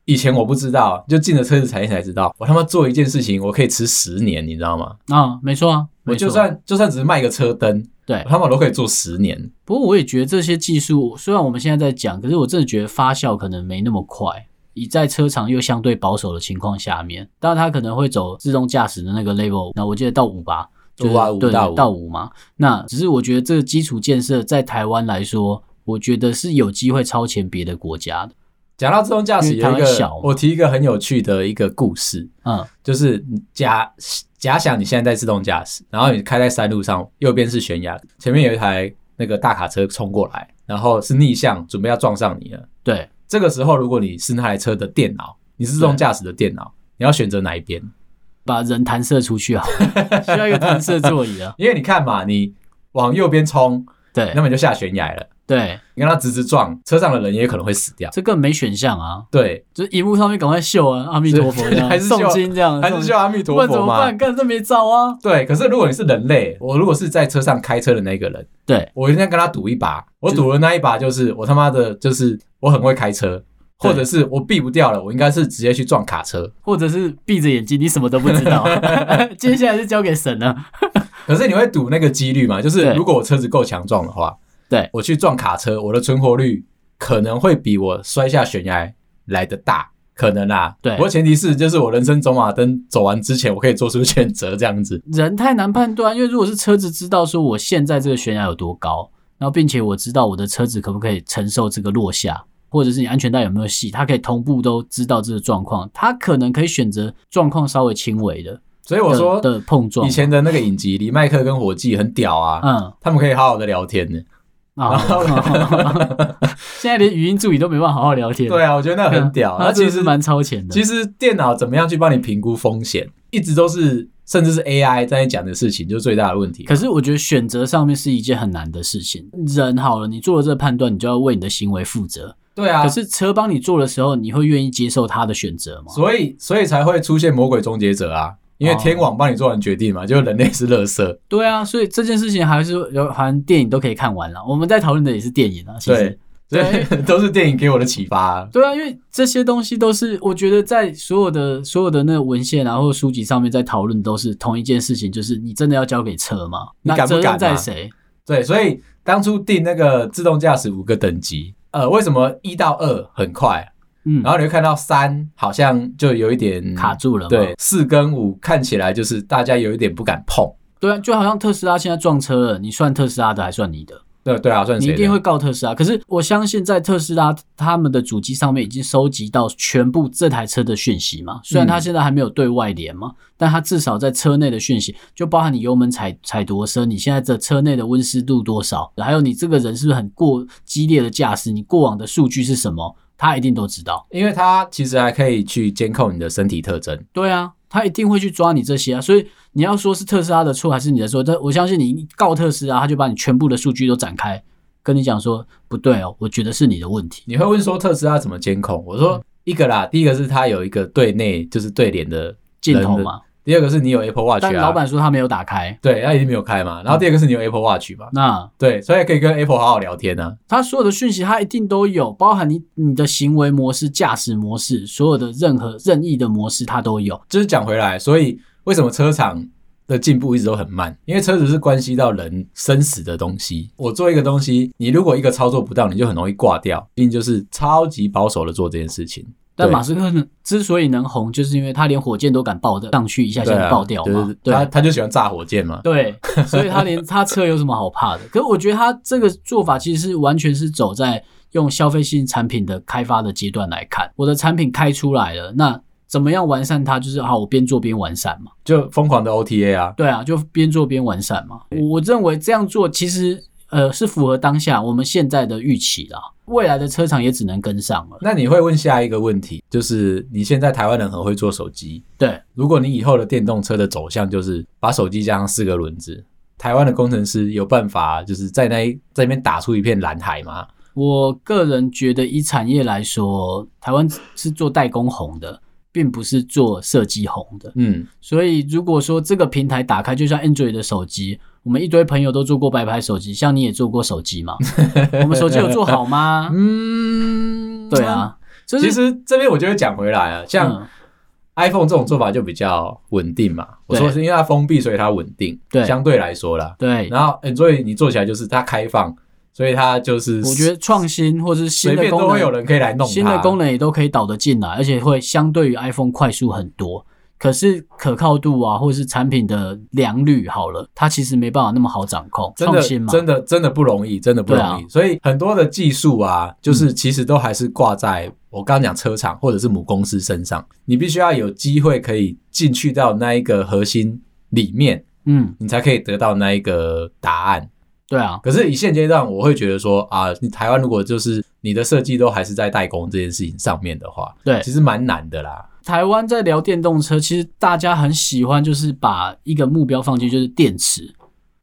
Speaker 1: 以前我不知道，就进了车子产业才知道，我他妈做一件事情，我可以吃十年，你知道吗？
Speaker 2: 啊，没错啊，
Speaker 1: 我
Speaker 2: 没错
Speaker 1: 就算就算只是卖个车灯，
Speaker 2: 对
Speaker 1: 我。他妈都可以做十年。
Speaker 2: 不过我也觉得这些技术，虽然我们现在在讲，可是我真的觉得发酵可能没那么快。以在车厂又相对保守的情况下面，当然它可能会走自动驾驶的那个 level，那我记得到五吧，就是
Speaker 1: 五啊五
Speaker 2: 对
Speaker 1: 到五
Speaker 2: 到五嘛。那只是我觉得这个基础建设在台湾来说，我觉得是有机会超前别的国家的。
Speaker 1: 讲到自动驾驶，
Speaker 2: 因为台
Speaker 1: 有一
Speaker 2: 湾小
Speaker 1: 个
Speaker 2: 嘛
Speaker 1: 我提一个很有趣的一个故事，
Speaker 2: 嗯，
Speaker 1: 就是假假想你现在在自动驾驶，然后你开在山路上，右边是悬崖，前面有一台那个大卡车冲过来，然后是逆向，准备要撞上你了。
Speaker 2: 对，
Speaker 1: 这个时候，如果你是那台车的电脑，你是自动驾驶的电脑，你要选择哪一边？
Speaker 2: 把人弹射出去啊， 需要一个弹射座椅啊。
Speaker 1: 因为你看嘛，你往右边冲，
Speaker 2: 对
Speaker 1: 那么你就下悬崖了。
Speaker 2: 对，
Speaker 1: 你跟他直直撞，车上的人也可能会死掉。
Speaker 2: 这更没选项啊，
Speaker 1: 对，
Speaker 2: 就是荧幕上面赶快秀啊，阿弥陀佛这样，
Speaker 1: 还是秀
Speaker 2: 诵经这样，
Speaker 1: 还是
Speaker 2: 诵
Speaker 1: 叫阿弥
Speaker 2: 呃不
Speaker 1: 陀
Speaker 2: 然怎
Speaker 1: 佛
Speaker 2: 么
Speaker 1: 嘛
Speaker 2: 办？。干这没招啊！
Speaker 1: 对，可是如果你是人类，我如果是在车上开车的那个人，
Speaker 2: 对，
Speaker 1: 我一定要跟他赌一把。我赌的那一把就是我他妈的，就是我很会开车，
Speaker 2: 对
Speaker 1: 或者是我避不掉了，我应该是直接去撞卡车。
Speaker 2: 或者是闭着眼睛，你什么都不知道。啊 接下来是交给神了。
Speaker 1: 可是你会赌那个几率嘛？就是
Speaker 2: 对
Speaker 1: 如果我车子够强壮的话，
Speaker 2: 对
Speaker 1: 我去撞卡车，我的存活率可能会比我摔下悬崖来的大，可能啦。
Speaker 2: 对
Speaker 1: 不过前提是就是我人生走马灯走完之前，我可以做出选择这样子。
Speaker 2: 人太难判断，因为如果是车子知道说我现在这个悬崖有多高，然后并且我知道我的车子可不可以承受这个落下，或者是你安全带有没有系，它可以同步都知道这个状况，它可能可以选择状况稍微轻微的。
Speaker 1: 所以我
Speaker 2: 的
Speaker 1: 说
Speaker 2: 的碰撞，
Speaker 1: 以前的那个影集，李麦克跟伙计很屌啊，
Speaker 2: 嗯
Speaker 1: 他们可以好好的聊天呢。
Speaker 2: 啊，现在连语音助理都没办法好好聊天。
Speaker 1: 对啊，我觉得那很屌。
Speaker 2: 那
Speaker 1: 那
Speaker 2: 真
Speaker 1: 其
Speaker 2: 的是
Speaker 1: 实
Speaker 2: 蛮超前的。
Speaker 1: 其实电脑怎么样去帮你评估风险，一直都是甚至是 AI 在讲的事情，就是最大的问题。
Speaker 2: 可是我觉得选择上面是一件很难的事情。人好了，你做了这个判断，你就要为你的行为负责。
Speaker 1: 对啊，
Speaker 2: 可是车帮你做的时候，你会愿意接受他的选择吗？
Speaker 1: 所以所以才会出现魔鬼终结者啊，因为
Speaker 2: 哦
Speaker 1: 天网帮你做完决定嘛，就是人类是垃圾。
Speaker 2: 对啊，所以这件事情还是有，好像电影都可以看完了。我们在讨论的也是电影啊，其实
Speaker 1: 对。所以 都是电影给我的启发啊、
Speaker 2: 对啊，因为这些东西都是我觉得在所有的所有的那个文献啊或者书籍上面在讨论都是同一件事情，就是你真的要交给车吗？
Speaker 1: 你
Speaker 2: 那
Speaker 1: 敢不
Speaker 2: 责
Speaker 1: 敢
Speaker 2: 任
Speaker 1: 啊
Speaker 2: 在谁？
Speaker 1: 对，所以当初定那个自动驾驶五个等级，呃，为什么一到二很快，
Speaker 2: 嗯，
Speaker 1: 然后你会看到三好像就有一点
Speaker 2: 卡。住了嘛。
Speaker 1: 对，四跟五看起来就是大家有一点不敢碰。
Speaker 2: 对啊，就好像特斯拉现在撞车了，你算特斯拉的还算你的？
Speaker 1: 对对啊，算
Speaker 2: 你
Speaker 1: 谁
Speaker 2: 一
Speaker 1: 的？
Speaker 2: 定会告特斯拉。可是我相信，在特斯拉他们的主机上面已经收集到全部这台车的讯息嘛。虽然它现在还没有对外连嘛，但它至少在车内的讯息，就包含你油门踩踩多深，你现在的车内的温湿度多少，还有你这个人是不是很过激烈的驾驶，你过往的数据是什么，他一定都知道。
Speaker 1: 因为它其实还可以去监控你的身体特征。
Speaker 2: 对啊，他一定会去抓你这些啊。所以你要说是特斯拉的错还是你的错，但我相信你告特斯拉，他就把你全部的数据都展开，跟你讲说不对哦，我觉得是你的问题。
Speaker 1: 你会问说特斯拉怎么监控？我
Speaker 2: 嗯
Speaker 1: 说一个啦，第一个是它有一个对内就是对脸的
Speaker 2: 镜头
Speaker 1: 人的
Speaker 2: 嘛，
Speaker 1: 第二个是你有 Apple Watch 啊，
Speaker 2: 但老板说他没有打开。
Speaker 1: 对，他已经没有开嘛。然后第二个是你有 Apple Watch 嘛，
Speaker 2: 那
Speaker 1: 对，所以可以跟 Apple 好好聊天啊。
Speaker 2: 他所有的讯息，他一定都有，包含你你的行为模式、驾驶模式，所有的任何任意的模式，他都有。
Speaker 1: 就是讲回来，所以为什么车厂的进步一直都很慢？因为车子是关系到人生死的东西。我做一个东西，你如果一个操作不当，你就很容易挂掉。一定就是超级保守的做这件事情。
Speaker 2: 但
Speaker 1: 对
Speaker 2: 马斯克呢，之所以能红，就是因为他连火箭都敢爆的上去，一下
Speaker 1: 对
Speaker 2: 下
Speaker 1: 啊，
Speaker 2: 爆掉
Speaker 1: 就
Speaker 2: 嘛
Speaker 1: 是。
Speaker 2: 对
Speaker 1: 他他就喜欢炸火箭嘛。
Speaker 2: 对，所以他连他车有什么好怕的？可 是我觉得他这个做法其实是完全是走在用消费性产品的开发的阶段来看，我的产品开出来了，那怎么样完善它？就是好，我边做边完善嘛。
Speaker 1: 就疯狂的 OTA 啊。
Speaker 2: 对啊，就边做边完善嘛。
Speaker 1: 对
Speaker 2: 我我认为这样做其实呃是符合当下我们现在的预期啦，未来的车厂也只能跟上了。
Speaker 1: 那你会问下一个问题，就是你现在台湾人很会做手机，
Speaker 2: 对，
Speaker 1: 如果你以后的电动车的走向就是把手机加上四个轮子，台湾的工程师有办法就是在那一在那边打出一片蓝海吗？
Speaker 2: 我个人觉得以产业来说，台湾是做代工红的，并不是做设计红的。
Speaker 1: 嗯，
Speaker 2: 所以如果说这个平台打开，就像 Android 的手机，我们一堆朋友都做过白牌手机，像你也做过手 机嘛，我们手机有做好吗？
Speaker 1: 嗯
Speaker 2: 啊对，啊，就是嗯
Speaker 1: 其实这边我就会讲回来啊，像 iPhone 这种做法就比较稳定嘛。我说
Speaker 2: 对
Speaker 1: 是因为它封闭，所以它稳定，
Speaker 2: 对
Speaker 1: 相对来说啦。
Speaker 2: 对，
Speaker 1: 然后 Android 你做起来就是它开放，所以它就是
Speaker 2: 我觉得创新或者是新
Speaker 1: 随
Speaker 2: 的
Speaker 1: 便
Speaker 2: 功
Speaker 1: 都
Speaker 2: 能
Speaker 1: 会有人可以来弄它
Speaker 2: 新的功能也都可以导得进来，而且会相对于 iPhone 快速很多。可是可靠度啊，或者是产品的良率，好了，它其实没办法那么好掌控。
Speaker 1: 真的
Speaker 2: 创新嘛，
Speaker 1: 真的真的不容易，真的不容易。
Speaker 2: 对啊嗯
Speaker 1: 所以很多的技术啊，就是其实都还是挂在我刚刚讲车厂或者是母公司身上，你必须要有机会可以进去到那一个核心里面，
Speaker 2: 嗯，
Speaker 1: 你才可以得到那一个答案。
Speaker 2: 对啊，
Speaker 1: 可是以现阶段，我会觉得说啊，你台湾如果就是你的设计都还是在代工这件事情上面的话，
Speaker 2: 对
Speaker 1: 其。实蛮难的啦。
Speaker 2: 台湾在聊电动车，其实大家很喜欢，就是把一个目标放进去，就是电池。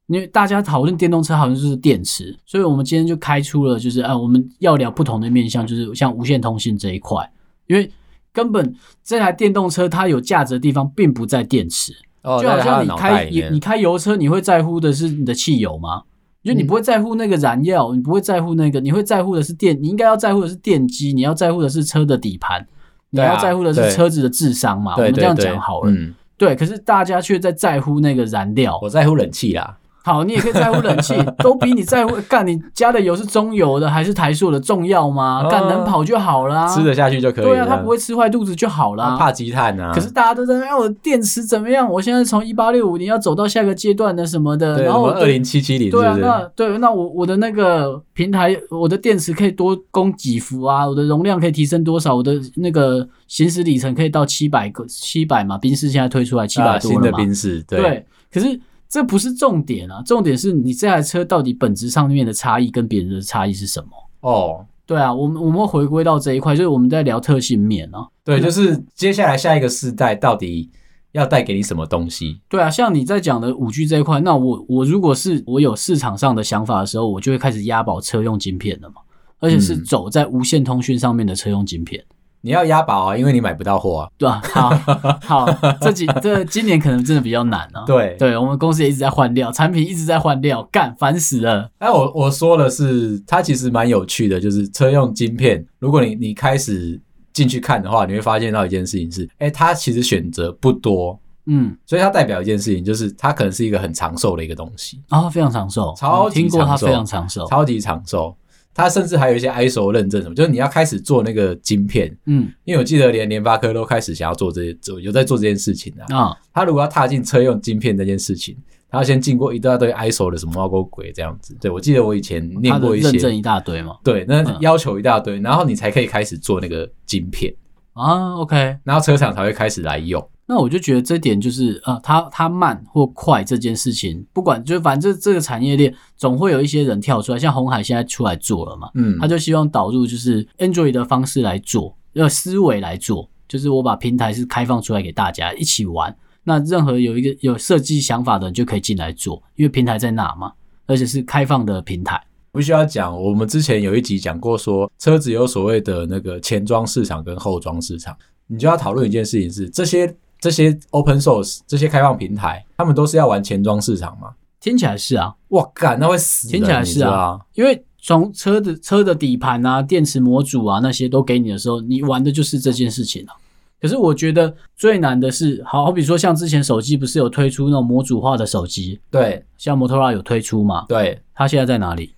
Speaker 2: 因为大家讨论电动车好像就是电池，所以我们今天就开出了，就是啊，我们要聊不同的面向，就是像无线通信这一块，因为根本这台电动车它有价值的地方并不在电池，
Speaker 1: 哦，
Speaker 2: 就好
Speaker 1: 在他
Speaker 2: 像
Speaker 1: 的
Speaker 2: 你
Speaker 1: 脑袋
Speaker 2: 开
Speaker 1: 里
Speaker 2: 你
Speaker 1: 面
Speaker 2: 你开油车，你会在乎的是你的汽油吗？就
Speaker 1: 嗯
Speaker 2: 你不会在乎那个燃料，你不会在乎那个，你会在乎的是电，你应该要在乎的是电机，你要在乎的是车的底盘，你
Speaker 1: 对啊
Speaker 2: 要在乎的是
Speaker 1: 对
Speaker 2: 车子的智商嘛？我
Speaker 1: 对
Speaker 2: 们
Speaker 1: 对
Speaker 2: 这样
Speaker 1: 对
Speaker 2: 讲好了。
Speaker 1: 嗯，
Speaker 2: 对，可是大家却在在乎那个燃料
Speaker 1: 我在乎冷气啦，
Speaker 2: 好，你也可以在乎冷 气，都比你在乎干你加的油是中油的还是台塑的重要吗？
Speaker 1: 哦
Speaker 2: 干能跑就好啦，
Speaker 1: 吃得下去就可以了。
Speaker 2: 对啊，他不会吃坏肚子就好
Speaker 1: 他
Speaker 2: 啦。
Speaker 1: 怕积碳啊。
Speaker 2: 可是大家都在那，哎，我电池怎么样？我现在从一八六五零要走到下个阶段的什么的，
Speaker 1: 对，
Speaker 2: 然后我
Speaker 1: 二零七七零是不
Speaker 2: 对啊，
Speaker 1: 是？
Speaker 2: 那对，那我我的那个平台，我的电池可以多供几伏啊，我的容量可以提升多少，我的那个行驶里程可以到七百个七百嘛，宾士现在推出来七
Speaker 1: 啊
Speaker 2: 百多
Speaker 1: 新
Speaker 2: 了
Speaker 1: 的
Speaker 2: 嘛，
Speaker 1: 冰室，
Speaker 2: 对可是这不是重点啊，重点是你这台车到底本质上面的差异跟别人的差异是什么？
Speaker 1: 哦，
Speaker 2: 对啊，我们我们会回归到这一块，就是我们在聊特性面啊。
Speaker 1: 对，就是接下来下一个世代到底要带给你什么东西？
Speaker 2: 对啊，像你在讲的五 G 这一块，那我我如果是我有市场上的想法的时候，我就会开始押宝车用晶片了嘛，而且是
Speaker 1: 嗯
Speaker 2: 走在无线通讯上面的车用晶片，
Speaker 1: 你要押宝啊，因为你买不到货啊。
Speaker 2: 对吧、 好，好，这几这今年可能真的比较难啊。
Speaker 1: 对，
Speaker 2: 对，我们公司也一直在换料，产品一直在换料，干烦死了。
Speaker 1: 哎，我我说了是，它其实蛮有趣的，就是车用晶片。如果你你开始进去看的话，你会发现到一件事情是，哎，它其实选择不多，
Speaker 2: 嗯，
Speaker 1: 所以它代表一件事情，就是它可能是一个很长寿的一个东西，
Speaker 2: 然、啊后非常长寿，
Speaker 1: 超
Speaker 2: 我
Speaker 1: 级
Speaker 2: 听过它
Speaker 1: 长寿
Speaker 2: 非常长寿。
Speaker 1: 超级长寿。它甚至还有一些 ISO 认证什么，就是你要开始做那个晶片，
Speaker 2: 嗯
Speaker 1: 因为我记得连联发科都开始想要做这些，做有在做这件事情啊。
Speaker 2: 啊，
Speaker 1: 他如果要踏进车用晶片这件事情，他要先经过一大堆 ISO 的什么猫狗鬼这样子。对我记得我以前
Speaker 2: 它
Speaker 1: 念
Speaker 2: 的
Speaker 1: 过一
Speaker 2: 认证
Speaker 1: 些，
Speaker 2: 一大堆嘛。
Speaker 1: 对，那
Speaker 2: 嗯
Speaker 1: 要求一大堆，然后你才可以开始做那个晶片，
Speaker 2: 啊，OK，
Speaker 1: 然后车厂才会开始来用。
Speaker 2: 那我就觉得这点就是啊，呃它它慢或快这件事情，不管就反正这个产业链总会有一些人跳出来，像红海现在出来做了嘛，
Speaker 1: 嗯
Speaker 2: 他，就希望导入就是 Android 的方式来做，呃，思维来做，就是我把平台是开放出来给大家一起玩，那任何有一个有设计想法的人就可以进来做，因为平台在那嘛，而且是开放的平台。
Speaker 1: 必须要讲，我们之前有一集讲过说车子有所谓的那个前装市场跟后装市场，你就要讨论一件事情是这些。这些 open source 这些开放平台，他们都是要玩前装市场嘛？
Speaker 2: 听起来是啊，
Speaker 1: 哇，干，那会死人！
Speaker 2: 听起来是啊
Speaker 1: 你知道吗，
Speaker 2: 因为从车的车的底盘啊、电池模组啊那些都给你的时候，你玩的就是这件事情啊。可是我觉得最难的是，好好比说像之前手机不是有推出那种模组化的手机，
Speaker 1: 对
Speaker 2: 像摩托罗拉有推出嘛？
Speaker 1: 对，
Speaker 2: 它现在在哪里？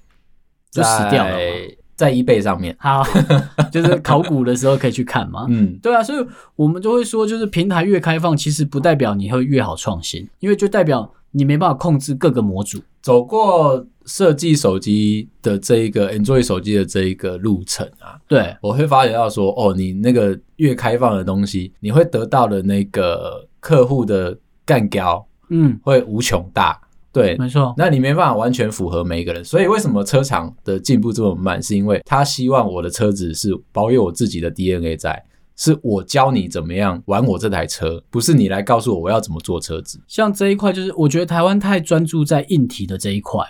Speaker 2: 就死掉了嘛。
Speaker 1: 在 eBay 上面。
Speaker 2: 好， 就是考古的时候可以去看嘛。
Speaker 1: 嗯，
Speaker 2: 对啊，所以我们就会说，就是平台越开放，其实不代表你会越好创新，因为就代表你没办法控制各个模组。
Speaker 1: 走过设计手机的这一个 Android 手机的这一个路程啊，
Speaker 2: 对，
Speaker 1: 我会发觉到说，哦，你那个越开放的东西，你会得到的那个客户的干胶
Speaker 2: 嗯，
Speaker 1: 会无穷大。对，
Speaker 2: 没错。
Speaker 1: 那你没办法完全符合每一个人，所以为什么车厂的进步这么慢？是因为他希望我的车子是保有我自己的 DNA 在，是我教你怎么样玩我这台车，不是你来告诉我我要怎么做车子。
Speaker 2: 像这一块，就是我觉得台湾太专注在硬体的这一块，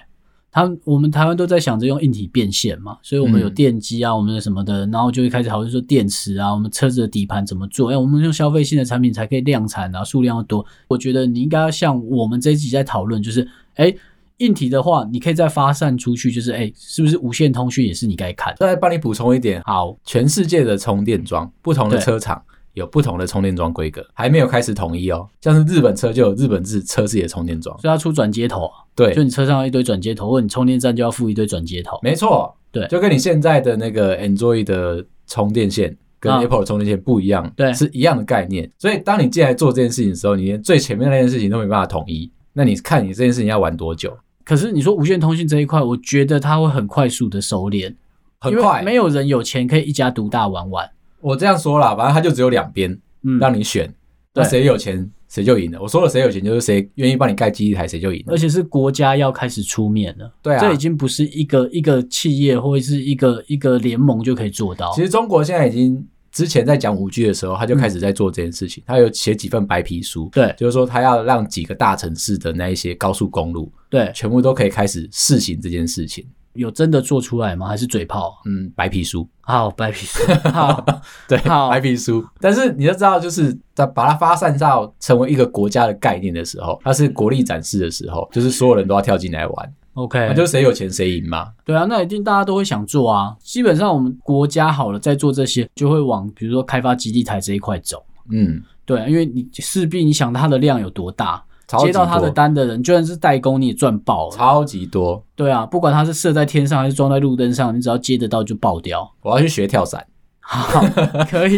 Speaker 2: 他们我们台湾都在想着用硬体变现嘛，所以我们
Speaker 1: 嗯
Speaker 2: 有电机啊，我们的什么的，然后就会开始讨论说电池啊，我们车子的底盘怎么做，哎、我们用消费性的产品才可以量产啊，数量要多。我觉得你应该要像我们这一集在讨论，就是哎、硬体的话，你可以再发散出去，就是哎、是不是无线通讯也是你该看的？
Speaker 1: 再帮你补充一点，
Speaker 2: 好，
Speaker 1: 全世界的充电桩，不同的车厂有不同的充电桩规格，还没有开始统一哦。像是日本车就有日本自车自己的充电桩，
Speaker 2: 所以要出转接头啊，
Speaker 1: 对
Speaker 2: 就，你车上有一堆转接头，或者你充电站就要附一堆转接头。
Speaker 1: 没错，
Speaker 2: 对
Speaker 1: 就跟你现在的那个 Android 的充电线。跟
Speaker 2: 啊
Speaker 1: Apple 的充电线不一样，
Speaker 2: 对
Speaker 1: 是一样的概念。所以，当你进来做这件事情的时候，你连最前面那件事情都没办法统一。那你看你这件事情要玩多久？
Speaker 2: 可是你说无线通信这一块，我觉得它会很快速的收敛，
Speaker 1: 很
Speaker 2: 因
Speaker 1: 快
Speaker 2: 为，没有人有钱可以一家独大玩玩。
Speaker 1: 我这样说啦，反正它就只有两边
Speaker 2: 嗯，
Speaker 1: 让你选，那
Speaker 2: 对
Speaker 1: 谁有钱谁就赢了。我说了，谁有钱就是谁愿意帮你盖基地台，谁就赢了
Speaker 2: 而。且是国家要开始出面了，
Speaker 1: 对啊，
Speaker 2: 这已经不是一个一个企业或者是一个一个联盟就可以做到
Speaker 1: 其。实中国现在已经之前在讲五 G 的时候，他就开始在做这件事情，他有写几份白皮书，
Speaker 2: 对
Speaker 1: 就是说他要让几个大城市的那一些高速公路
Speaker 2: 对，
Speaker 1: 全部都可以开始试行这件事情。
Speaker 2: 有真的做出来吗？还是嘴炮？
Speaker 1: 嗯，白皮书，
Speaker 2: 好，白 皮书，好，
Speaker 1: 对，
Speaker 2: 好
Speaker 1: 白皮书。但是你要知道，就是在把它发散到成为一个国家的概念的时候，它是国力展示的时候，就是所有人都要跳进来玩，那
Speaker 2: OK，
Speaker 1: 就谁有钱谁赢嘛。
Speaker 2: 对啊，那一定大家都会想做啊。基本上我们国家好了，在做这些，就会往比如说开发基地台这一块走。
Speaker 1: 嗯，
Speaker 2: 对啊，因为你势必你想它的量有多大，
Speaker 1: 超级
Speaker 2: 接到他的
Speaker 1: 多
Speaker 2: 单的人，就算是代工，你也赚爆了。
Speaker 1: 超级多。
Speaker 2: 对啊，不管他是射在天上还是装在路灯上，你只要接得到就爆掉。
Speaker 1: 我要去学跳伞，
Speaker 2: 好，可以，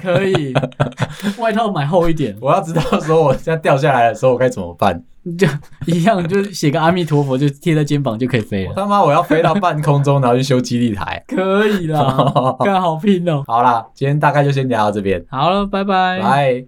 Speaker 2: 可以，外套买厚一点，
Speaker 1: 我要知道说我现在掉下来的时候我该怎么办。
Speaker 2: 你就一样，就是写个阿弥陀佛，就贴在肩膀就可以飞
Speaker 1: 我
Speaker 2: 了。
Speaker 1: 他妈我要飞到半空中，然后去修基地台。
Speaker 2: 可 以啦，看好拼哦。
Speaker 1: 好啦，今天大概就先聊到这边，
Speaker 2: 好了，拜拜。
Speaker 1: 拜。